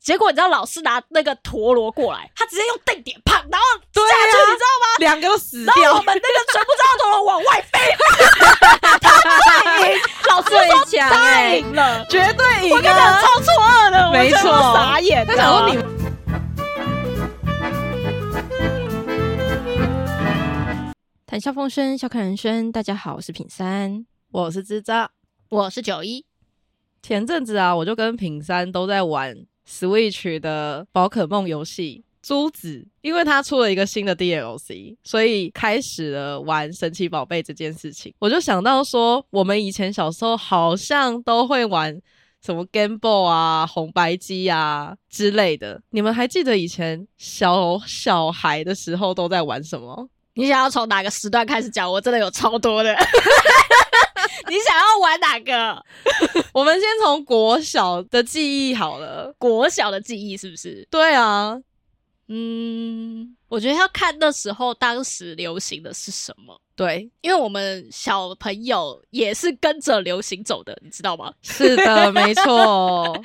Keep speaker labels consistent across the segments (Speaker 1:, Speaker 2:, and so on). Speaker 1: 结果你知道老师拿那个陀螺过来，他直接用定点胖，然后
Speaker 2: 对
Speaker 1: 下去，
Speaker 2: 啊
Speaker 1: 你知道吗？
Speaker 2: 两个都死
Speaker 1: 然后我
Speaker 2: 掉，
Speaker 1: 们那个全部知道陀螺往外飞，他最赢，老师
Speaker 3: 最
Speaker 1: 说
Speaker 3: 强
Speaker 1: 他
Speaker 3: 哎
Speaker 1: 赢了。
Speaker 2: 欸绝对
Speaker 1: 我跟你讲，
Speaker 2: 啊！
Speaker 1: 超错愕的，我
Speaker 2: 没
Speaker 1: 全部
Speaker 2: 错
Speaker 1: 傻眼。
Speaker 2: 他想说你，
Speaker 3: 谈笑风生，笑看人生。大家好，我是品三。
Speaker 2: 我是智障。
Speaker 1: 我是九一，
Speaker 2: 前阵子啊，我就跟品山都在玩 Switch 的宝可梦游戏珠子，因为它出了一个新的 DLC，所以开始了玩神奇宝贝这件事情。我就想到说，我们以前小时候好像都会玩。什么 Game Boy 啊、红白机啊之类的，你们还记得以前小小孩的时候都在玩什么？
Speaker 1: 你想要从哪个时段开始讲？我真的有超多 的。你想要玩哪个
Speaker 2: 我们先从国小的记忆好了。
Speaker 1: 国小的记忆？是不是？
Speaker 2: 对啊，
Speaker 1: 嗯，我觉得要看那时候当时流行的是什么，
Speaker 2: 对，
Speaker 1: 因为我们小朋友也是跟着流行走的，你知道吗？
Speaker 2: 是的，没错。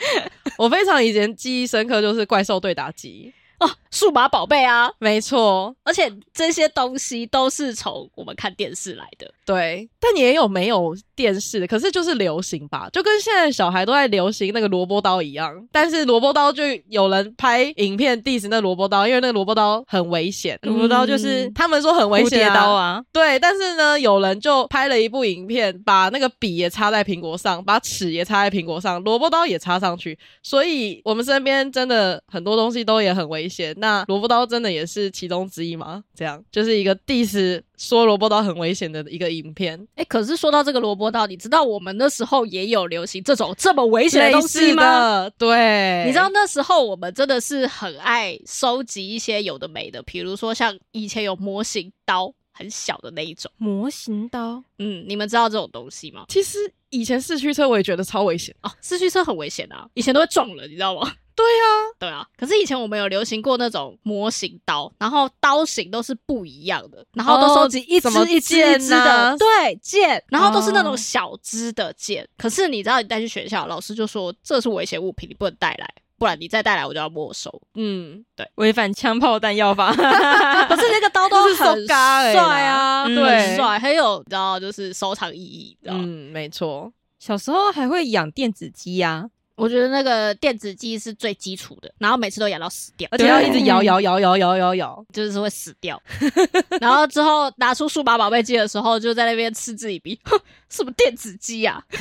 Speaker 2: 我非常以前记忆深刻就是怪兽对打机，
Speaker 1: 哦，数码宝贝啊，
Speaker 2: 没错，
Speaker 1: 而且这些东西都是从我们看电视来的。
Speaker 2: 对。但也有没有电视的，可是就是流行吧，就跟现在小孩都在流行那个萝卜刀一样。但是萝卜刀就有人拍影片 diss 那萝卜刀，因为那个萝卜刀很危险，
Speaker 3: 萝卜刀就是
Speaker 2: 他们说很危
Speaker 3: 嗯蝴
Speaker 2: 险、
Speaker 3: 蝶刀。啊，
Speaker 2: 对，但是呢，有人就拍了一部影片，把那个笔也插在苹果上，把尺也插在苹果上，萝卜刀也插上去，所以我们身边真的很多东西都也很危险。那萝卜刀真的也是其中之一吗？这样就是一个 diss 说萝卜刀很危险的一个影片，
Speaker 1: 哎、可是说到这个萝卜刀，你知道我们那时候也有流行这种这么危险的
Speaker 2: 类
Speaker 1: 东西
Speaker 2: 似
Speaker 1: 吗？
Speaker 2: 的，对，
Speaker 1: 你知道那时候我们真的是很爱收集一些有的没的，比如说像以前有模型刀，很小的那一种。
Speaker 3: 模型刀，
Speaker 1: 嗯，你们知道这种东西吗？
Speaker 2: 其实以前四驱车我也觉得超危险，
Speaker 1: 哦，四驱车很危险啊，以前都会撞人，你知道吗？
Speaker 2: 对啊，
Speaker 1: 对啊，可是以前我们有流行过那种模型刀，然后刀型都是不一样的，然后都收集一支
Speaker 2: 什哦么
Speaker 1: 一支一支
Speaker 2: 剑
Speaker 1: 的，
Speaker 2: 啊
Speaker 1: 对剑，然后都是那种
Speaker 2: 哦
Speaker 1: 小支的剑。可是你知道，你带去学校，老师就说这是危险物品，你不能带来，不然你再带来我就要没收。
Speaker 2: 嗯，
Speaker 3: 违反枪炮弹药法。
Speaker 1: 可是那个刀都
Speaker 2: 这是
Speaker 1: 很
Speaker 2: 手嘎而已啦
Speaker 1: 帅啊，
Speaker 3: 嗯
Speaker 1: 很
Speaker 2: 对
Speaker 1: 帅，很有你知道就是收藏意义，你知道吗？
Speaker 2: 嗯，没错，
Speaker 3: 小时候还会养电子鸡啊，
Speaker 1: 我觉得那个电子鸡是最基础的，然后每次都养到死掉，
Speaker 2: 而且要一直
Speaker 3: 对
Speaker 2: 摇摇摇摇摇摇摇，
Speaker 1: 就是会死掉。 然后之后拿出数码宝贝机的时候，就在那边嗤之以鼻， 哼，什么电子鸡啊！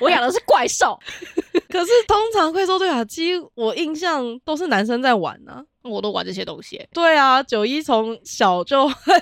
Speaker 1: 我养的是怪兽，
Speaker 2: 可是通常怪兽对打机，我印象都是男生在玩呢、
Speaker 1: 我都玩这些东西、欸
Speaker 2: 对啊，九一从小就 很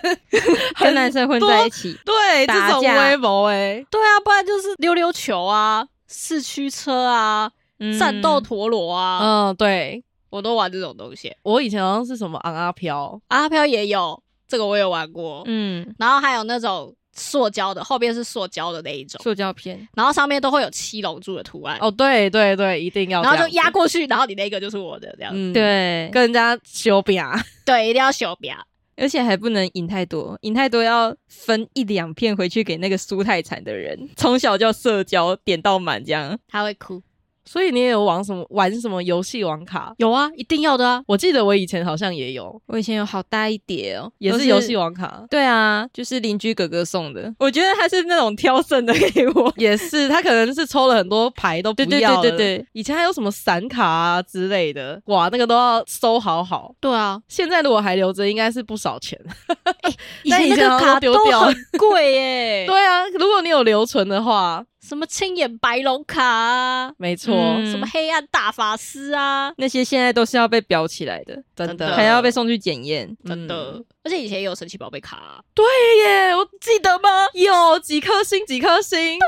Speaker 3: 跟男生混在一起。
Speaker 2: 对这
Speaker 3: 打
Speaker 2: 种
Speaker 3: 架
Speaker 2: 微博哎、
Speaker 1: 对啊，不然就是溜溜球啊、四驱车啊、
Speaker 3: 嗯
Speaker 1: 战斗陀螺啊，
Speaker 2: 嗯，对
Speaker 1: 我都玩这种东西。
Speaker 2: 我以前好像是什么昂阿飘，
Speaker 1: 阿飘也有，这个我有玩过。
Speaker 3: 嗯，
Speaker 1: 然后还有那种塑胶的，后边是塑胶的那一种，
Speaker 3: 塑胶片，
Speaker 1: 然后上面都会有七龙珠的图案，
Speaker 2: 哦，对对对，一定要，
Speaker 1: 然后就压，过去，然后你那个就是我的这样。
Speaker 2: 嗯，，
Speaker 3: 对，
Speaker 2: 跟人家修饼啊，
Speaker 1: 对，一定要修表。
Speaker 3: 而且还不能赢太多，赢太多要分一两片回去给那个蔬太惨的人。从小就社交点到满这样，
Speaker 1: 他会哭。
Speaker 2: 所以你也有玩什么玩什么游戏网卡？
Speaker 1: 有啊，一定要的啊。
Speaker 2: 我记得我以前好像也有，
Speaker 3: 我以前有好大一叠哦，
Speaker 2: 也
Speaker 3: 都
Speaker 2: 是游戏王卡，
Speaker 3: 对啊，就是邻居哥哥送的。我觉得他是那种挑剩的给我。
Speaker 2: 也是，他可能是抽了很多牌都不
Speaker 3: 对对对
Speaker 2: 要了
Speaker 3: 对对
Speaker 2: 以前还有什么散卡啊之类的，哇，那个都要收好好。
Speaker 1: 对啊，
Speaker 2: 现在如果还留着，应该是不少钱。
Speaker 1: 以
Speaker 2: 但
Speaker 1: 前
Speaker 2: 以
Speaker 1: 那
Speaker 2: 前
Speaker 1: 个
Speaker 2: 好像
Speaker 1: 卡
Speaker 2: 丢
Speaker 1: 都
Speaker 2: 掉了
Speaker 1: 很贵 耶、
Speaker 2: 对啊，如果你有留存的话，
Speaker 1: 什么青眼白龙卡啊，
Speaker 2: 没错，
Speaker 3: 嗯
Speaker 1: 什么黑暗大法师啊，
Speaker 3: 那些现在都是要被裱起来的，
Speaker 2: 真
Speaker 1: 真的
Speaker 2: 的
Speaker 3: 还要被送去检验。
Speaker 1: 真的。
Speaker 2: 嗯
Speaker 1: 而且以前也有神奇宝贝卡啊、
Speaker 2: 对耶，我记得吗？有几颗星，几颗星？对呀、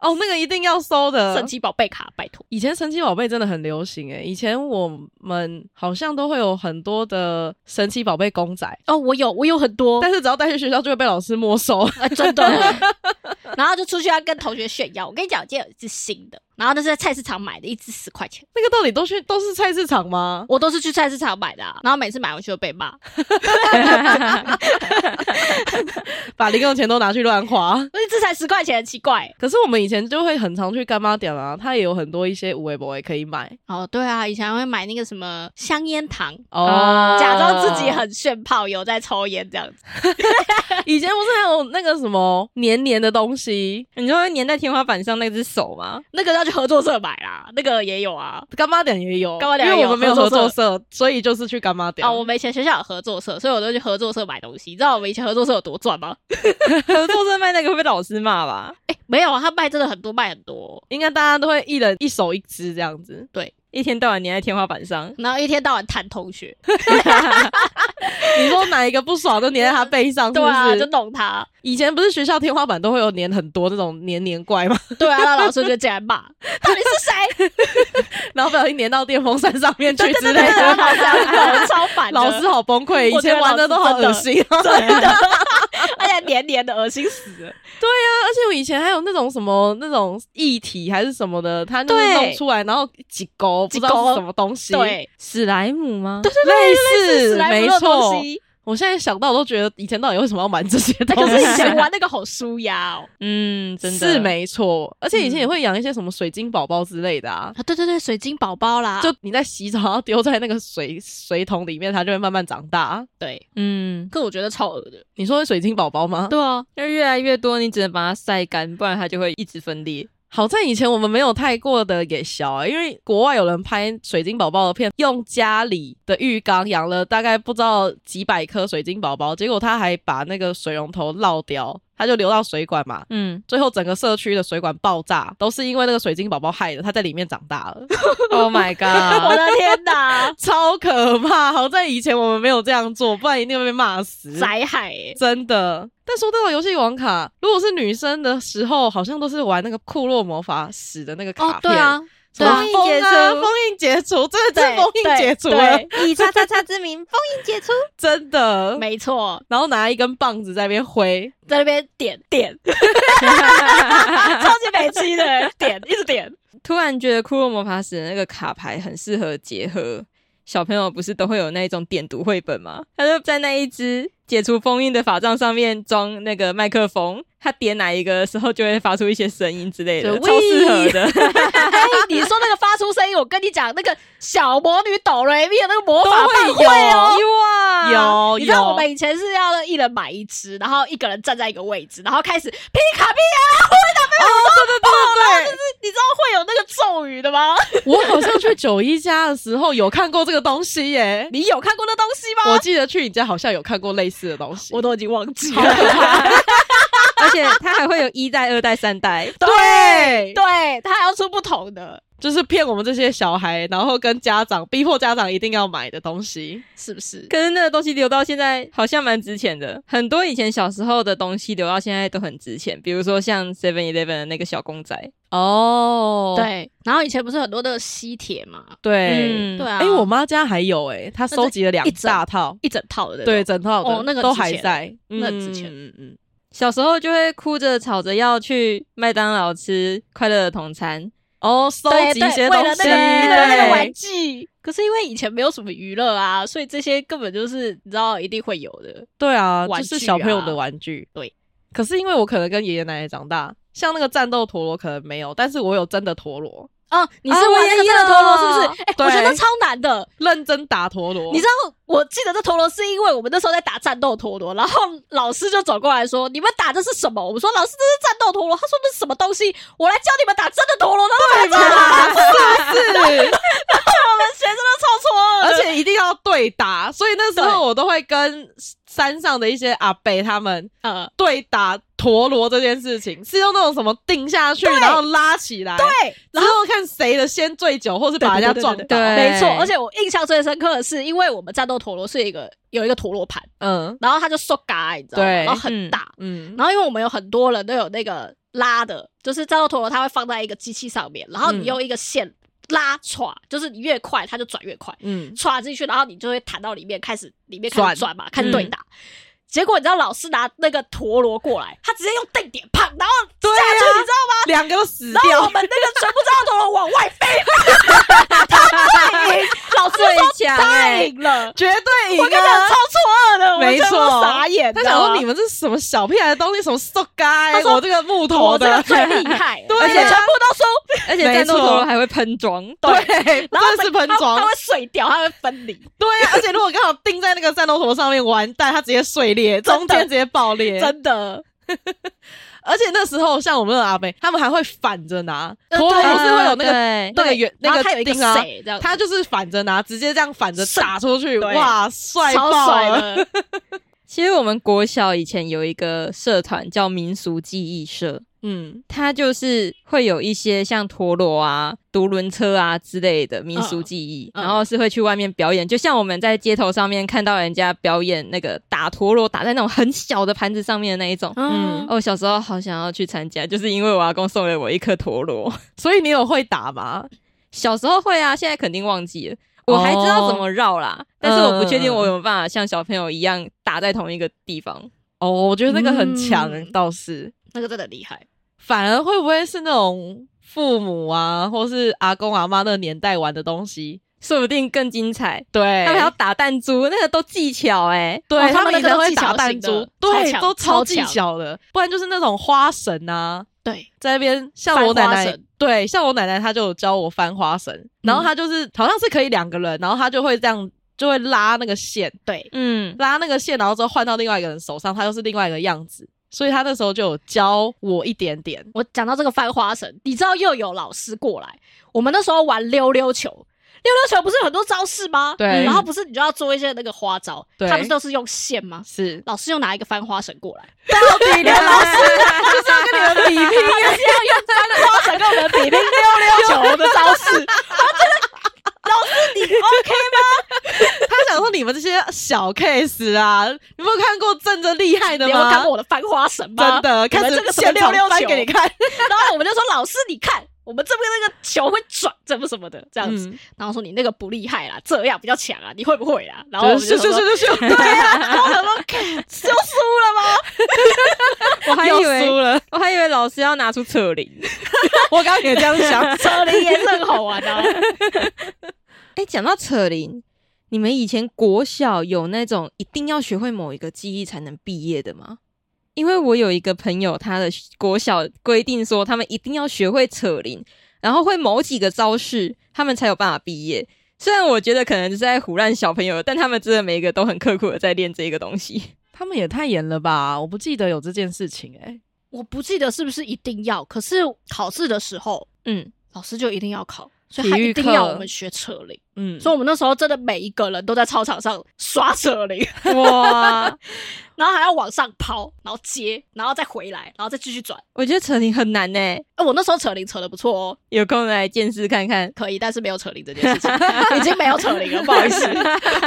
Speaker 2: 哦，那个一定要收的。
Speaker 1: 神奇宝贝卡，拜托。
Speaker 2: 以前神奇宝贝真的很流行
Speaker 4: 欸
Speaker 2: 诶，以前我们好像都会有很多的神奇宝贝公仔，
Speaker 1: 哦，我有，我有很多，
Speaker 2: 但是只要带去学校就会被老师没收。
Speaker 1: 啊、真的。然后就出去要跟同学炫耀，我跟你讲，我今天有一只新的，然后那是在菜市场买的，一只十块钱，
Speaker 4: 那个到底都去都是菜市场吗？
Speaker 1: 我都是去菜市场买的、啊，然后每次买回去就被骂，
Speaker 4: 把零用钱都拿去乱花。
Speaker 1: 那这才十块钱，很奇怪。
Speaker 4: 可是我们以前就会很常去干妈点啊，它也有很多一些无为博也可以买
Speaker 1: 哦，对啊，以前还会买那个什么香烟糖，
Speaker 4: 哦
Speaker 2: 啊
Speaker 1: 假装自己很炫炮，有在抽烟这样子。
Speaker 4: 以前不是还有那个什么黏黏的东西，
Speaker 2: 你说会粘在天花板上那只手吗？
Speaker 1: 那个要去合作社买啦，那个也有啊。
Speaker 4: 干妈点也有，
Speaker 1: 干妈店也
Speaker 4: 因
Speaker 1: 有
Speaker 4: 为我们没有合
Speaker 1: 合作
Speaker 4: 作社，所以就是去干妈点。
Speaker 1: 啊，我们以前学校有合作社，所以我都去合作社买东西。你知道我们以前合作社有多赚吗？
Speaker 2: 合作社卖那个会被老师骂吧？
Speaker 1: 没有啊，他卖真的很多，卖很多。
Speaker 4: 应该大家都会一人一手一只这样子。
Speaker 2: 一天到晚粘在天花板上，
Speaker 1: 然后一天到晚谈同学，
Speaker 4: 你说哪一个不爽就粘在他背 上，是
Speaker 1: 对
Speaker 4: 不
Speaker 1: 啊，
Speaker 4: 是？
Speaker 1: 就弄他，
Speaker 4: 以前不是学校天花板都会有粘很多那种黏黏怪吗？
Speaker 1: 对啊，让老师就进来骂， 到底是 谁？
Speaker 4: 然后不小心粘到电风扇上面去之类
Speaker 1: 对啊，
Speaker 4: 的，
Speaker 1: 好像 超烦的，
Speaker 4: 老师好崩溃。以
Speaker 1: 我觉得
Speaker 4: 前玩的都好恶 心，
Speaker 1: 真的， 而且黏黏的，恶心死了。
Speaker 4: 而且我以前还有那种什么那种液体还是什么的，它就是
Speaker 2: 对
Speaker 4: 弄出来，然后几勾不
Speaker 1: 几
Speaker 4: 知
Speaker 1: 勾
Speaker 4: 道是什么东西，
Speaker 1: 对，
Speaker 2: 史莱姆吗？
Speaker 4: 类
Speaker 1: 史
Speaker 4: 似，
Speaker 1: 莱姆
Speaker 4: 没
Speaker 1: 的
Speaker 4: 错
Speaker 1: 东。西，
Speaker 4: 我现在想到都觉得以前到底为什么要玩这些
Speaker 1: 哎
Speaker 4: 东
Speaker 1: 可
Speaker 4: 西？
Speaker 1: 是以前 玩那个好舒压哦。
Speaker 2: 嗯，真的
Speaker 4: 是。没错，而且以前
Speaker 1: 嗯
Speaker 4: 也会养一些什么水晶宝宝之类的啊。
Speaker 1: 啊，对对对，水晶宝宝啦，
Speaker 4: 就你在洗澡，然后丢在那个水水桶里面，它就会慢慢长大。
Speaker 1: 对，
Speaker 2: 嗯，
Speaker 1: 可我觉得超恶的。
Speaker 4: 你说水晶宝宝吗？
Speaker 1: 对啊，
Speaker 2: 要越来越多，你只能把它晒干，不然它就会一直分裂。
Speaker 4: 好在以前我们没有太过的给小、啊，因为国外有人拍水晶宝宝的片，用家里的浴缸养了大概不知道几百颗水晶宝宝，结果他还把那个水龙头绕掉，它就流到水管嘛。
Speaker 2: 嗯，
Speaker 4: 最后整个社区的水管爆炸，都是因为那个水晶宝宝害的，它在里面长大了，，
Speaker 2: Oh my
Speaker 1: 我
Speaker 2: god！
Speaker 1: 的天哪
Speaker 4: 超可怕。好在以前我们没有这样做，不然一定会被骂死。
Speaker 1: 宅海欸
Speaker 4: 真的。但说到游戏王卡，如果是女生的时候，好像都是玩那个库洛魔法使的那个卡
Speaker 1: 哦，
Speaker 4: 片，
Speaker 1: 对啊，
Speaker 4: 什么
Speaker 1: 对啊
Speaker 4: 封印解
Speaker 2: 封印解
Speaker 4: 除，
Speaker 2: 除
Speaker 4: 封印解除，真的
Speaker 1: 对
Speaker 4: 是封印解除了，
Speaker 1: 对
Speaker 2: 以叉叉叉之名封印解除。
Speaker 4: 真的
Speaker 1: 对。 没错，
Speaker 4: 然后拿一根棒子在那边挥，
Speaker 1: 在那边点 点，超级美肌的点，一直点。
Speaker 2: 突然觉得骷髅魔法使的那个卡牌很适合结合小朋友，不是都会有那一种点读绘本吗？他就在那一只解除封印的法杖上面装那个麦克风，他点哪一个时候就会发出一些声音之类的，
Speaker 4: 就
Speaker 2: 超适合的。
Speaker 1: 哎，你说那个发出声音，我跟你讲，那个小魔女哆瑞咪的那个魔
Speaker 4: 都
Speaker 1: 法棒
Speaker 4: 会有，
Speaker 1: 哦。
Speaker 2: 哇
Speaker 4: 有
Speaker 1: 啊你知道
Speaker 4: 有
Speaker 1: 我们以前是要一人买一只，然后一个人站在一个位置，然后开始皮卡皮啊，
Speaker 4: 哦对对
Speaker 1: 你知道会有那个咒语的 吗？
Speaker 4: 对，我好像去九一家的时候有看过这个东西 耶，
Speaker 1: 你有看过那东西吗？
Speaker 4: 我记得去你家好像有看过类似的东西。
Speaker 1: 我都已经忘记
Speaker 4: 好 可
Speaker 1: 了。
Speaker 4: 怕
Speaker 2: 而且它还会有一代、二代、三代。
Speaker 4: 对，
Speaker 1: 对，它还要出不同的，
Speaker 4: 就是骗我们这些小孩，然后跟家长逼迫家长一定要买的东西。
Speaker 1: 是不是？
Speaker 2: 可是那个东西留到现在好像蛮值钱的，很多以前小时候的东西留到现在都很值钱，比如说像 Seven Eleven 的那个小公仔，
Speaker 4: 哦，
Speaker 1: 对，然后以前不是很多那个吸铁嘛，
Speaker 4: 对
Speaker 2: 嗯
Speaker 1: 对啊，
Speaker 4: 哎、我妈家还有哎、她收集了两
Speaker 1: 那这一整
Speaker 4: 大套，
Speaker 1: 一整套的那种，
Speaker 4: 对，整套的、
Speaker 1: 哦那个
Speaker 4: 都
Speaker 1: 值
Speaker 4: 还
Speaker 1: 钱
Speaker 4: 在，
Speaker 1: 那很值钱
Speaker 4: 嗯嗯
Speaker 2: 小时候就会哭着吵着要去麦当劳吃快乐的童餐，
Speaker 4: 哦，收
Speaker 1: 对
Speaker 4: 集
Speaker 1: 对
Speaker 4: 一些
Speaker 1: 为
Speaker 4: 东
Speaker 1: 了
Speaker 4: 西，
Speaker 1: 那个为了那个玩
Speaker 4: 对
Speaker 1: 具。可是因为以前没有什么娱乐啊，所以这些根本就是你知道一定会有的。
Speaker 4: 对啊，
Speaker 1: 玩
Speaker 4: 就是
Speaker 1: 具
Speaker 4: 小朋友
Speaker 1: 啊
Speaker 4: 的玩具。
Speaker 1: 对，
Speaker 4: 可是因为我可能跟爷爷奶奶长大，像那个战斗陀螺可能没有，但是我有真的陀螺，
Speaker 1: 哦，你是
Speaker 4: 啊
Speaker 1: 玩
Speaker 4: 我
Speaker 1: 那
Speaker 4: 也
Speaker 1: 个真的陀螺是不是？哎、
Speaker 4: 对
Speaker 1: 我觉得超难的。
Speaker 4: 认真打陀螺。
Speaker 1: 你知道，我记得这陀螺是因为我们那时候在打战斗陀螺，然后老师就走过来说：“你们打的是什么？”我们说：“老师，这是战斗陀螺。”他说：“那是什么东西？我来教你们打真的陀螺。”然后他们打，
Speaker 4: 是，
Speaker 1: 我们学生都超 错愕的，
Speaker 4: 而且一定要对打，所以那时
Speaker 1: 对
Speaker 4: 候我都会跟山上的一些阿伯他们
Speaker 1: 呃，
Speaker 4: 对打陀螺这件事情，是用那种什么定下去，然后拉起来，
Speaker 1: 对，
Speaker 4: 然后看谁的先最久，或是把人家撞倒。
Speaker 1: 对
Speaker 2: 对
Speaker 1: 没错。而且我印象最深刻的是，因为我们战斗陀螺是一个有一个陀螺盘，
Speaker 4: 嗯
Speaker 1: 然后它就缩嘎，你知道吗？
Speaker 4: 对
Speaker 1: 然后很大，
Speaker 4: 嗯，
Speaker 1: 然后因为我们有很多人都有那个拉的，就是战斗陀螺它会放在一个机器上面，然后
Speaker 4: 嗯
Speaker 1: 你用一个线拉歘，就是你越快它就转越快，
Speaker 4: 嗯，
Speaker 1: 歘进去，然后你就会弹到里面，开始里面开始
Speaker 4: 转
Speaker 1: 转嘛，开始对打。结果你知道老师拿那个陀螺过来，他直接用定点胖，然后下去，你知道吗？
Speaker 4: 两个都死
Speaker 1: 然后我
Speaker 4: 掉，
Speaker 1: 们那个全部知道陀螺往外飞，他最赢，老师说
Speaker 2: 最强
Speaker 1: 太
Speaker 2: 哎，
Speaker 1: 赢了。
Speaker 4: 绝啊对赢
Speaker 1: 我跟你讲，
Speaker 4: 啊
Speaker 1: 超！错愕的，我
Speaker 4: 没
Speaker 1: 真的
Speaker 4: 错
Speaker 1: 傻眼的。
Speaker 4: 他想说你们这是什么小屁孩的东西，什么塑胶
Speaker 1: 啊他
Speaker 4: 欸？
Speaker 1: 说
Speaker 4: 我这个木头
Speaker 1: 我这
Speaker 4: 的
Speaker 1: 个，最 厉害，
Speaker 4: 对啊
Speaker 1: 而且全部都输，
Speaker 2: 而且
Speaker 4: 没
Speaker 2: 战斗
Speaker 4: 错
Speaker 2: 陀螺还会喷装，
Speaker 4: 对，
Speaker 1: 然后
Speaker 4: 真的是喷
Speaker 1: 它它
Speaker 4: 装
Speaker 1: 会，碎掉，它会分离，
Speaker 4: 对啊！而且如果刚好钉在那个战斗陀上面，完蛋，它直接碎 裂，
Speaker 1: 真的
Speaker 4: 中间直接爆裂。
Speaker 1: 真的。
Speaker 4: 而且那时候像我们的阿贝，他们还会反着拿，
Speaker 1: 呃
Speaker 4: 陀
Speaker 1: 对
Speaker 4: 螺是会有那个
Speaker 2: 对
Speaker 4: 那个圆
Speaker 1: 然
Speaker 4: 那
Speaker 1: 后它有一个
Speaker 4: 钉啊，
Speaker 1: 谁这样，
Speaker 4: 他就是反着拿，直接这样反着
Speaker 1: 是
Speaker 4: 打出去，
Speaker 1: 对
Speaker 4: 哇，帅
Speaker 1: 超
Speaker 4: 爆
Speaker 1: 帅
Speaker 4: 了！
Speaker 1: 的，
Speaker 2: 其实我们国小以前有一个社团叫民俗记忆社，
Speaker 4: 嗯，
Speaker 2: 它就是会有一些像陀螺啊、独轮车啊之类的民俗技艺，
Speaker 1: 嗯嗯
Speaker 2: 然后是会去外面表演，就像我们在街头上面看到人家表演那个打陀螺，打在那种很小的盘子上面的那一种。
Speaker 1: 嗯，
Speaker 2: 哦，小时候好想要去参加，就是因为我阿公送了我一颗陀螺。
Speaker 4: 所以你有会打吗？
Speaker 2: 小时候会啊，现在肯定忘记了。我还知道怎
Speaker 1: 哦
Speaker 2: 么绕啦，但是我不
Speaker 1: 嗯
Speaker 2: 确定我有没有办法像小朋友一样打在同一个地方。
Speaker 4: 哦，我觉得那个很强，
Speaker 1: 嗯
Speaker 4: 倒是
Speaker 1: 那个真的厉害，
Speaker 4: 反而会不会是那种父母啊，或是阿公阿妈那个年代玩的东西？
Speaker 2: 说不定更精彩。
Speaker 1: 哎
Speaker 4: 对，
Speaker 2: 他们还要打弹珠，那个都技巧哎、
Speaker 4: 对、
Speaker 1: 哦他
Speaker 4: 他
Speaker 1: 们
Speaker 4: 们以
Speaker 1: 那个
Speaker 4: 前
Speaker 1: 都
Speaker 4: 会
Speaker 1: 技巧
Speaker 4: 打弹
Speaker 1: 型的
Speaker 4: 珠
Speaker 1: 超，
Speaker 4: 对，
Speaker 1: 强
Speaker 4: 都
Speaker 1: 超
Speaker 4: 超技
Speaker 1: 强
Speaker 4: 巧的，不然就是那种花绳啊，
Speaker 1: 对，
Speaker 4: 在那边像我奶
Speaker 1: 翻花嗯
Speaker 4: 奶
Speaker 1: 绳，
Speaker 4: 对，像我奶奶她就有教我翻花绳，然后她就是、好像是可以两个人，然后她就会这样就会拉那个线，
Speaker 1: 对，
Speaker 2: 嗯，
Speaker 4: 拉那个线，然后之后换到另外一个人手上，他又是另外一个样子，所以他那时候就有教我一点点。
Speaker 1: 我讲到这个翻花绳，你知道又有老师过来，我们那时候玩溜溜球，溜溜球不是有很多招式吗？
Speaker 4: 对
Speaker 1: 嗯然后不是你就要做一些那个花招，
Speaker 4: 对
Speaker 1: 他不是都是用线吗？，
Speaker 4: 是
Speaker 1: 老师又拿一个翻花绳过 来，
Speaker 4: 到底的老师就是要跟你们比拼
Speaker 1: 是要用翻花绳跟我们比拼溜溜球的招式，
Speaker 4: 他想说你们这些小 case 啊，你没有看过真正厉害的
Speaker 1: 你有没有
Speaker 4: 吗
Speaker 1: 看？过我的翻花绳吗？
Speaker 4: 真的，
Speaker 1: 你
Speaker 4: 开
Speaker 1: 们
Speaker 4: 始
Speaker 1: 这个什么
Speaker 4: 先溜溜
Speaker 1: 翻
Speaker 4: 球给你看，
Speaker 1: 然后我们就说老师，你看我们这边那个球会转，怎么什么的这
Speaker 4: 这
Speaker 2: 嗯
Speaker 1: 样子。然后说你那个不厉害啦，这样比较强啊，你会不会啊？然后我们
Speaker 4: 就是
Speaker 1: 就
Speaker 4: 就
Speaker 1: 说，
Speaker 4: 是 就
Speaker 1: 对呀、啊，然后我想说，看就输了吗？
Speaker 2: 我还以
Speaker 4: 又输
Speaker 2: 为
Speaker 4: 了。
Speaker 2: 我还以为老师要拿出扯铃。
Speaker 4: 我刚刚也这样想，
Speaker 1: 扯铃也是很好玩 的、啊，
Speaker 2: 哎、讲到扯铃，你们以前国小有那种一定要学会某一个技艺才能毕业的吗？因为我有一个朋友，他的国小规定说，他们一定要学会扯铃，然后会某几个招式，他们才有办法毕业。虽然我觉得可能是在唬烂小朋友，但他们真的每一个都很刻苦的在练这个东西。
Speaker 4: 他们也太严了吧？我不记得有这件事情哎。
Speaker 1: 我不记得是不是一定要，可是考试的时候，
Speaker 2: 嗯，
Speaker 1: 老师就一定要考，所以
Speaker 4: 体
Speaker 1: 他
Speaker 4: 育
Speaker 1: 一定要
Speaker 4: 课
Speaker 1: 我们学扯铃。
Speaker 4: 嗯，
Speaker 1: 所以我们那时候真的每一个人都在操场上耍扯铃，
Speaker 2: 哇，
Speaker 1: 然后还要往上抛，然后接，然后再回来，然后再继续转。
Speaker 2: 我觉得扯铃很难呢、
Speaker 1: 哎、我那时候扯铃扯的不错哦，
Speaker 2: 有空来见识看看。
Speaker 1: 可以，但是没有扯铃这件事情，已经没有扯铃了，不好 意思。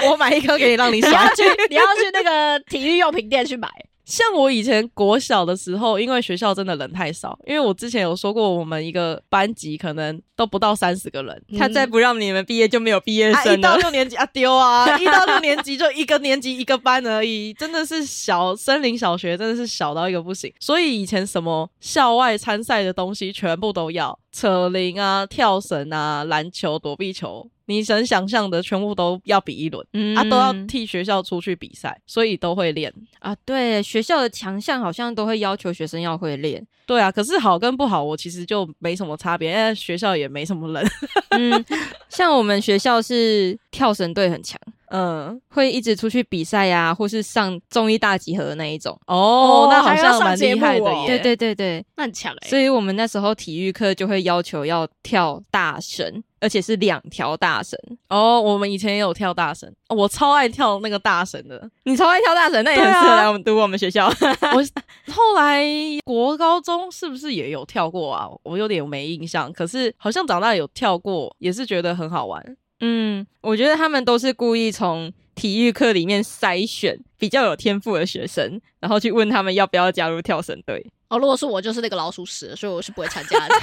Speaker 4: 我买一颗给你，让你
Speaker 1: 你
Speaker 4: 耍
Speaker 1: 要。去， 你要去那个体育用品店去买。
Speaker 4: 像我以前国小的时候，因为学校真的人太少，因为我之前有说过，我们一个班级可能都不到三十个人。
Speaker 2: 他再不让你们毕业，就没有毕业
Speaker 4: 啊，嗯
Speaker 2: 生
Speaker 4: 一
Speaker 2: 了
Speaker 4: 到。六年级啊，丢 啊！一到六年级就一个年级一个班而已，真的是小森林小学，真的是小到一个不行。所以以前什么校外参赛的东西全部都要，扯铃啊、跳绳啊、篮球、躲避球，你能想象的全部都要比一轮、
Speaker 2: 嗯
Speaker 4: 啊，都要替学校出去比赛，所以都会练。
Speaker 2: 啊，对，学校的强项好像都会要求学生要会 练。
Speaker 4: 对啊，可是好跟不好，我其实就没什么差别，因为学校也没什么人。
Speaker 2: 嗯，像我们学校是跳绳队很强，
Speaker 4: 嗯，
Speaker 2: 会一直出去比赛呀、或是上综艺大集合那一种。
Speaker 4: 哦
Speaker 1: 哦，
Speaker 4: 那好
Speaker 1: 还要
Speaker 4: 像
Speaker 1: 上
Speaker 4: 蛮
Speaker 1: 节
Speaker 4: 厉
Speaker 1: 目
Speaker 4: 害的
Speaker 1: 哦
Speaker 2: 对
Speaker 4: 耶。
Speaker 2: 对对对，
Speaker 1: 那很强哎、
Speaker 2: 所以我们那时候体育课就会要求要跳大绳，而且是两条大绳。
Speaker 4: 哦，我们以前也有跳大绳，哦我超爱跳那个大绳的。
Speaker 2: 你超爱跳大绳，那也很
Speaker 4: 对
Speaker 2: 适
Speaker 4: 啊
Speaker 2: 合来我们读我们学校。
Speaker 4: 我后来国高中是不是也有跳过啊？我有点没印象，可是好像长大有跳过，也是觉得很好玩。
Speaker 2: 嗯，我觉得他们都是故意从体育课里面筛选比较有天赋的学生，然后去问他们要不要加入跳绳队。
Speaker 1: 哦，如果是我，就是那个老鼠屎，所以我是不会参加的。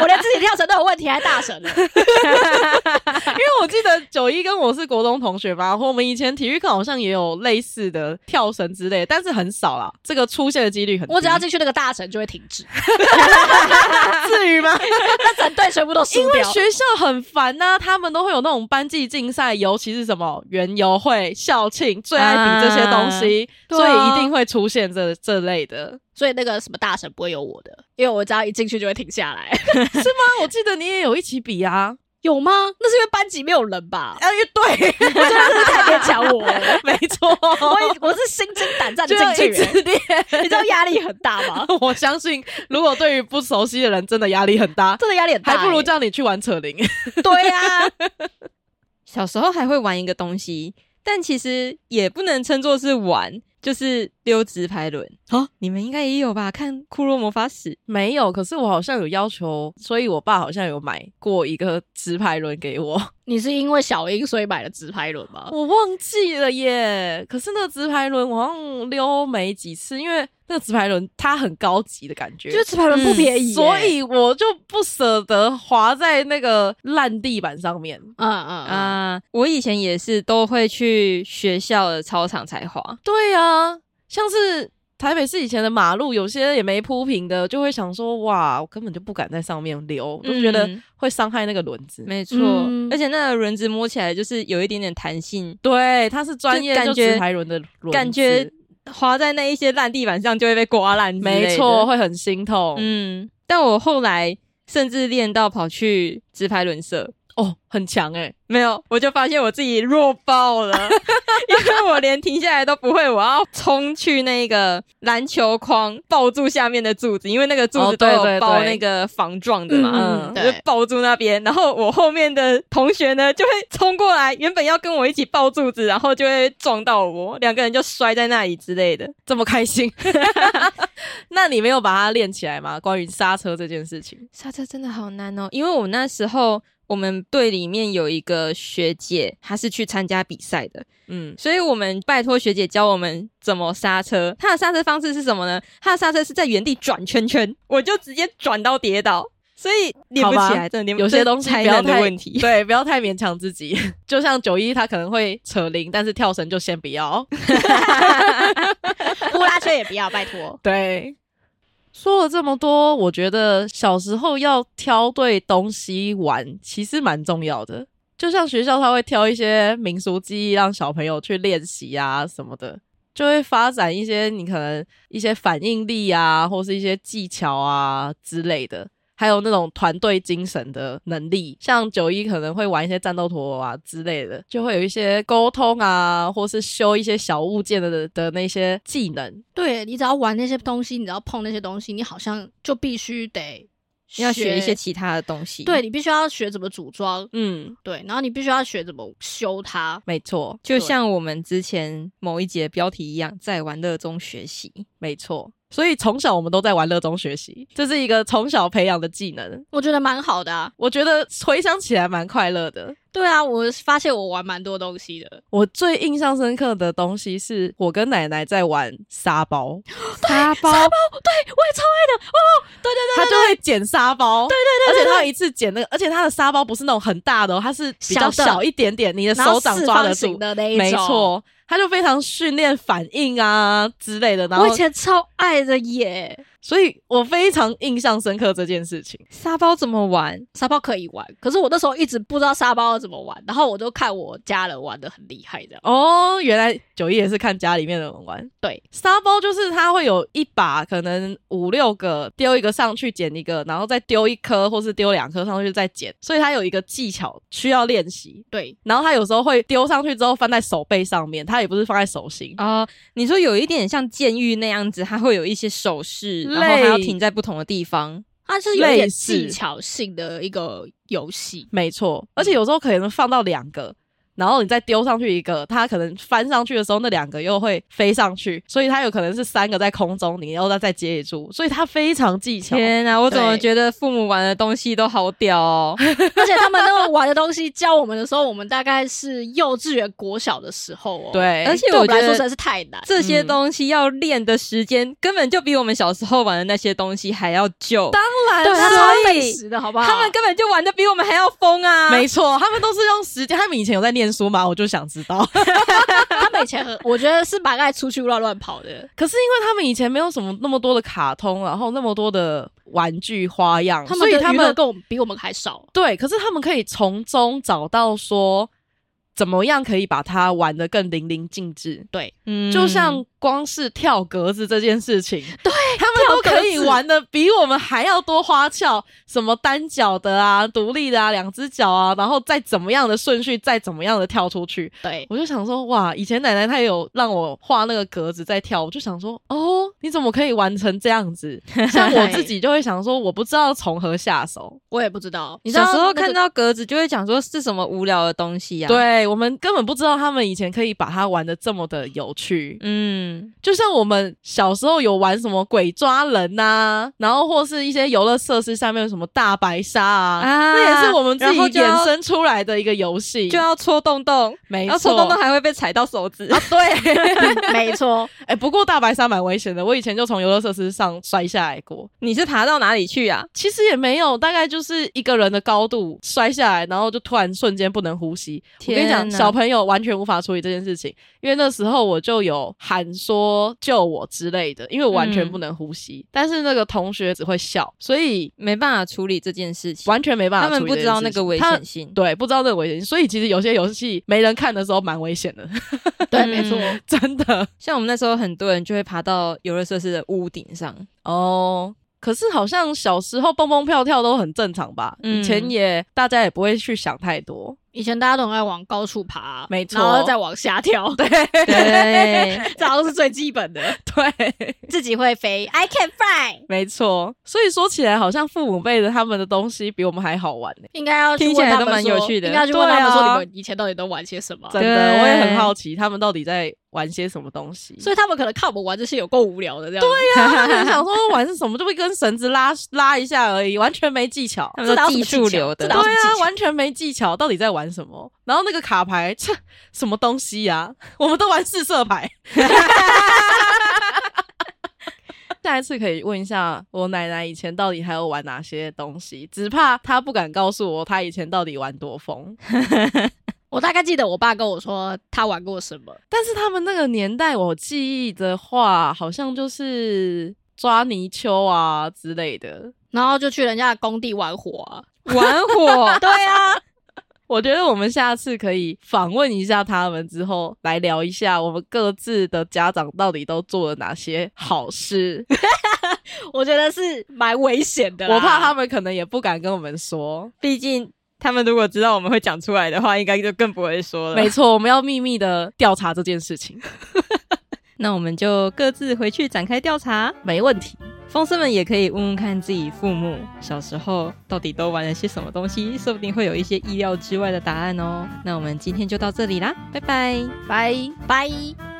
Speaker 1: 我连自己跳绳都有问题，还大神了。
Speaker 4: 因为我记得九一跟我是国中同学吧，我们以前体育课好像也有类似的跳绳之类的，但是很少啦，这个出现的几率很低。
Speaker 1: 我只要进去那个大神就会停止，
Speaker 4: 至于吗？
Speaker 1: 那整队全部都输
Speaker 4: 因为
Speaker 1: 掉。
Speaker 4: 学校很烦呐、他们都会有那种班级竞赛，尤其是什么园游会、校庆，最爱比这些东西，
Speaker 2: 啊
Speaker 4: 所
Speaker 2: 对啊
Speaker 4: 以一定会出现这这类的。
Speaker 1: 所以那个什么大神不会有我的，因为我只要一进去就会停下来。
Speaker 4: 那我记得你也有一起比啊，
Speaker 1: 有吗？那是因为班级没有人吧？
Speaker 4: 啊， 对，
Speaker 1: 我真的是太勉强我了。
Speaker 4: 没错，
Speaker 1: 我也我是心惊胆战的
Speaker 4: 就
Speaker 1: 进去
Speaker 4: 一
Speaker 1: 欸、
Speaker 4: 直练。
Speaker 1: 你知道压力很大吗？
Speaker 4: 我相信，如果对于不熟悉的人，真的压力很大，
Speaker 1: 真的压力很大欸、
Speaker 4: 还不如叫你去玩扯铃。
Speaker 1: 对呀、啊，
Speaker 2: 小时候还会玩一个东西，但其实也不能称作是玩，就是溜直排轮。
Speaker 4: 啊，
Speaker 2: 你们应该也有吧？看《骷髅魔法使》，
Speaker 4: 没有，可是我好像有要求，所以我爸好像有买过一个直排轮给我，
Speaker 1: 你是因为小英所以买了直拍轮吗？
Speaker 4: 我忘记了耶。可是那个直排轮我好像溜没几次，因为那个直排轮它很高级的感觉，嗯
Speaker 1: 就是直拍轮不便宜欸、
Speaker 4: 所以我就不舍得滑在那个烂地板上面。
Speaker 1: 嗯嗯啊，
Speaker 2: 啊、我以前也是都会去学校的操场才滑。
Speaker 4: 对啊，像是台北市以前的马路，有些也没铺平的，就会想说哇，我根本就不敢在上面溜，就觉得
Speaker 2: 嗯
Speaker 4: 会伤害那个轮子。
Speaker 2: 没错，
Speaker 1: 嗯
Speaker 2: 而且那个轮子摸起来就是有一点点弹性，
Speaker 4: 对，它是专业
Speaker 2: 就感
Speaker 4: 就
Speaker 2: 觉
Speaker 4: 直排轮的轮子，
Speaker 2: 感觉滑在那一些烂地板上就会被刮烂。
Speaker 4: 没错，，会很心痛。
Speaker 2: 嗯，但我后来甚至练到跑去直排轮社，
Speaker 4: 哦，很强哎、
Speaker 2: 没有，我就发现我自己弱爆 了，因为我连停下来都不会，我要冲去那个篮球框，抱住下面的柱子，因为那个柱
Speaker 4: 哦
Speaker 2: 子都
Speaker 4: 对对
Speaker 2: 有包
Speaker 4: 对
Speaker 2: 那个防撞的嘛，
Speaker 4: 嗯
Speaker 1: 嗯
Speaker 2: 我就
Speaker 1: 对
Speaker 2: 抱住那边，然后我后面的同学呢就会冲过来，原本要跟我一起抱柱子，然后就会撞到我，两个人就摔在那里之类的。
Speaker 4: 这么开 心。那你没有把它练起来吗？关于刹车这件事情，
Speaker 2: 刹车真的好难哦，因为我那时候我们队里面有一个学姐，她是去参加比赛的，
Speaker 4: 嗯，
Speaker 2: 所以我们拜托学姐教我们怎么刹车。她的刹车方式是什么呢？她的刹车是在原地转圈圈，我就直接转到跌倒，所以练不
Speaker 4: 好
Speaker 2: 起
Speaker 4: 吧
Speaker 2: 来。真的练不
Speaker 4: 有些东西
Speaker 2: 才
Speaker 4: 不要
Speaker 2: 能的
Speaker 4: 太
Speaker 2: 问题。
Speaker 4: 对，不要太勉强自己。 就像九一，他可能会扯铃，但是跳绳就先不要。
Speaker 1: 呼啦圈也不要，拜托。
Speaker 4: 对，说了这么多，我觉得小时候要挑对东西玩，其实蛮重要的。就像学校他会挑一些民俗技艺让小朋友去练习啊什么的，就会发展一些你可能一些反应力啊，或是一些技巧啊之类的。还有那种团队精神的能力，像九一可能会玩一些战斗陀螺啊之类的，就会有一些沟通啊，或是修一些小物件的的那些技能。
Speaker 1: 对你只要玩那些东西，你只要碰那些东西，你好像就必须得
Speaker 2: 要学一些其他的东西。
Speaker 1: 对，你必须要学怎么组装，
Speaker 4: 嗯，
Speaker 1: 对，然后你必须要学怎么修它。
Speaker 4: 没错，
Speaker 2: 就像我们之前某一节标题一样，在玩乐中学习。
Speaker 4: 没错。所以从小我们都在玩乐中学习，这是一个从小培养的技能。
Speaker 1: 我觉得蛮好的啊。
Speaker 4: 我觉得回想起来蛮快乐的。
Speaker 1: 对啊，我发现我玩蛮多东西的。
Speaker 4: 我最印象深刻的东西是我跟奶奶在玩沙包，
Speaker 2: 沙包
Speaker 1: 我也超爱的哦，对对
Speaker 4: 她就会捡沙包，对对对而且她有一次捡那个，而且她的沙包不是那种很大的哦，它是比较
Speaker 1: 小的
Speaker 4: 小一点点，你的
Speaker 1: 然后
Speaker 4: 手掌
Speaker 1: 四
Speaker 4: 抓
Speaker 1: 方
Speaker 4: 得
Speaker 1: 形
Speaker 4: 住，
Speaker 1: 的那一种，
Speaker 4: 没。错，她就非常训练反应啊之类的。然后
Speaker 1: 我以，前超爱的耶，
Speaker 4: 所以我非常印象深刻这件事情。
Speaker 2: 沙包怎么玩？
Speaker 1: 沙包可以玩，可是我那时候一直不知道沙包要怎么玩，然后我就看我家人玩的很厉害这样。
Speaker 4: 哦，原来九一也是看家里面的人玩。
Speaker 1: 对，
Speaker 4: 沙包就是它会有一把，可能五六个，丢一个上去捡一个，然后再丢一颗或是丢两颗上去再捡，所以它有一个技巧需要练习。
Speaker 1: 对，
Speaker 4: 然后它有时候会丢上去之后翻在手背上面，它也不是放在手心。
Speaker 2: 哦、你说有一点像监狱那样子，它会有一些手势，然后还要
Speaker 4: 类
Speaker 2: 停在不同的地方。
Speaker 1: 它是有点
Speaker 4: 类似
Speaker 1: 技巧性的一个游戏。
Speaker 4: 没错，而
Speaker 1: 嗯
Speaker 4: 且有时候可能放到两个。然后你再丢上去一个，它可能翻上去的时候，那两个又会飞上去，所以它有可能是三个在空中，你又再再接一住，所以它非常技巧。
Speaker 2: 天啊，我怎么
Speaker 1: 对
Speaker 2: 觉得父母玩的东西都好屌哦！
Speaker 1: 而且他们那个玩的东西教我们的时候，我们大概是幼稚园、国小的时候哦。，
Speaker 4: 对，
Speaker 2: 而且
Speaker 1: 对我
Speaker 2: 我
Speaker 1: 们
Speaker 2: 觉
Speaker 1: 来说实在
Speaker 2: 得
Speaker 1: 是太难。
Speaker 2: 这些
Speaker 4: 嗯
Speaker 2: 东西要练的时间，根本就比我们小时候玩的那些东西还要久。
Speaker 4: 当啊
Speaker 1: 对，它
Speaker 2: 所
Speaker 1: 超
Speaker 2: 以
Speaker 1: 费时的好不好？
Speaker 2: 他们根本就玩的比我们还要疯啊！
Speaker 4: 没错，他们都是用时间。他们以前有在念书嘛，我就想知 道。
Speaker 1: 他们以前 很，我觉得是蛮爱出去乱乱跑的。
Speaker 4: 可是因为他们以前没有什么那么多的卡通，然后那么多的玩具花样，
Speaker 2: 嗯
Speaker 1: 他
Speaker 4: 所
Speaker 1: 们
Speaker 4: 以
Speaker 1: 的
Speaker 4: 他
Speaker 1: 娱乐
Speaker 4: 们
Speaker 1: 跟我们比我们还少。
Speaker 4: 对，可是他们可以从中找到说怎么样可以把它玩得更淋漓尽致。
Speaker 1: 对，
Speaker 2: 嗯
Speaker 4: 就像光是跳格子这件事情，
Speaker 1: 对
Speaker 4: 他们都
Speaker 1: 哎跳格
Speaker 4: 可
Speaker 1: 子
Speaker 4: 以玩的比我们还要多花俏，什么单脚的啊、独立的啊、两只脚啊，然后再怎么样的顺序，再怎么样的跳出去，
Speaker 1: 对，
Speaker 4: 我就想说，哇，以前奶奶她有让我画那个格子在跳，我就想说，哦，你怎么可以玩成这 样子？像我自己就会想说，我不知道从何 下手。
Speaker 1: 我也不知道。你
Speaker 2: 你
Speaker 1: 知道
Speaker 2: 小时候看
Speaker 1: 那个
Speaker 2: 到格子就会讲说是什么无聊的东西啊呀、，
Speaker 4: 对我们根本不知道他们以前可以把它玩的这么的有趣，
Speaker 2: 嗯，
Speaker 4: 就像我们小时候有玩什么鬼抓人呐、然后或是一些游乐设施下面有什么大白鲨啊，
Speaker 2: 啊
Speaker 4: 那也是我们自
Speaker 2: 然
Speaker 4: 己
Speaker 2: 后就要
Speaker 4: 衍生出来的一个游戏，
Speaker 2: 就要戳洞洞，
Speaker 4: 没
Speaker 2: 然后戳
Speaker 4: 错，
Speaker 2: 洞洞还会被踩到手指。
Speaker 4: 啊，对，
Speaker 1: 嗯没错，
Speaker 4: 哎、不过大白鲨蛮危险的，我以前就从游乐设施上摔下来过。
Speaker 2: 你是爬到哪里去啊？
Speaker 4: 其实也没有，大概就是一个人的高度摔下来，然后就突然瞬间不能呼吸。我跟你讲，
Speaker 2: 天哪
Speaker 4: 小朋友完全无法处理这件事情，因为那时候我就有喊说救我之类的，因为我完全
Speaker 2: 嗯
Speaker 4: 不能呼吸。但是那个同学只会笑，所以
Speaker 2: 没办法处理这件事情，
Speaker 4: 完全没办法
Speaker 2: 他
Speaker 4: 处
Speaker 2: 们
Speaker 4: 理
Speaker 2: 不
Speaker 4: 这件
Speaker 2: 知
Speaker 4: 事情。
Speaker 2: 道那个危
Speaker 4: 他
Speaker 2: 险。性。
Speaker 4: 对，不知道那个危险性，所以其实有些游戏没人看的时候蛮危险 的，
Speaker 1: 对，没错。
Speaker 2: 嗯
Speaker 4: 真的。
Speaker 2: 像我们那时候很多人就会爬到游乐设施的屋顶上，
Speaker 4: 哦，可是好像小时候蹦蹦跳跳都很正常吧？
Speaker 2: 嗯
Speaker 4: 以前也大家也不会去想太多。
Speaker 1: 以前大家都很爱往高处爬，
Speaker 4: 没错
Speaker 1: 然后再往下跳，对，
Speaker 2: 对，
Speaker 1: 这好像是最基本的。
Speaker 4: 对，
Speaker 1: 自己会飞，I can fly，
Speaker 4: 没错。所以说起来，好像父母辈的他们的东西比我们还好玩呢、
Speaker 1: 应该要去
Speaker 2: 听起来
Speaker 1: 问他
Speaker 2: 都
Speaker 1: 们
Speaker 2: 蛮
Speaker 1: 说
Speaker 2: 有趣的
Speaker 1: 应该要去问他们
Speaker 4: 对
Speaker 1: 说
Speaker 4: 啊
Speaker 1: 你们以前到底都玩些什么。
Speaker 4: 真
Speaker 2: 对
Speaker 4: 的，我也很好奇他们到底在玩些什么东西。
Speaker 1: 所以他们可能看我们玩这些有够无聊的这样子。
Speaker 4: 对啊，他们想说玩是什么，就会跟绳子拉拉一下而已，完全没技巧。
Speaker 2: 他们
Speaker 1: 这哪
Speaker 2: 都
Speaker 1: 有什
Speaker 2: 技
Speaker 1: 么
Speaker 2: 术
Speaker 1: 技巧
Speaker 2: 流的
Speaker 1: 这哪
Speaker 4: 对
Speaker 1: 有，什么技
Speaker 4: 啊，
Speaker 1: 巧
Speaker 4: 完全没技巧，到底在玩什么？然后那个卡牌，切，什么东西呀、 我们都玩四色牌。 下一次可以问一下我奶奶以前到底还有玩哪些东西，只怕她不敢告诉我她以前到底玩多疯。
Speaker 1: 我大概记得我爸跟我说他玩过什么，
Speaker 4: 但是他们那个年代，我记忆的话，好像就是抓泥鳅啊之类的。
Speaker 1: 然后就去人家的工地玩火啊。
Speaker 2: 玩 火，
Speaker 1: 对啊，
Speaker 4: 我觉得我们下次可以访问一下他们，之后来聊一下我们各自的家长到底都做了哪些好事。
Speaker 1: 我觉得是蛮危险的啦。
Speaker 4: 我怕他们可能也不敢跟我们说。
Speaker 2: 毕竟他们如果知道我们会讲出来的话，应该就更不会说了。
Speaker 4: 没错，我们要秘密的调查这件事情，
Speaker 2: 那我们就各自回去展开调查。
Speaker 4: 没问题。
Speaker 2: 风声们也可以问问看自己父母小时候到底都玩了些什么东西，说不定会有一些意料之外的答案哦。那我们今天就到这里啦，拜拜。
Speaker 4: 拜。
Speaker 1: 拜。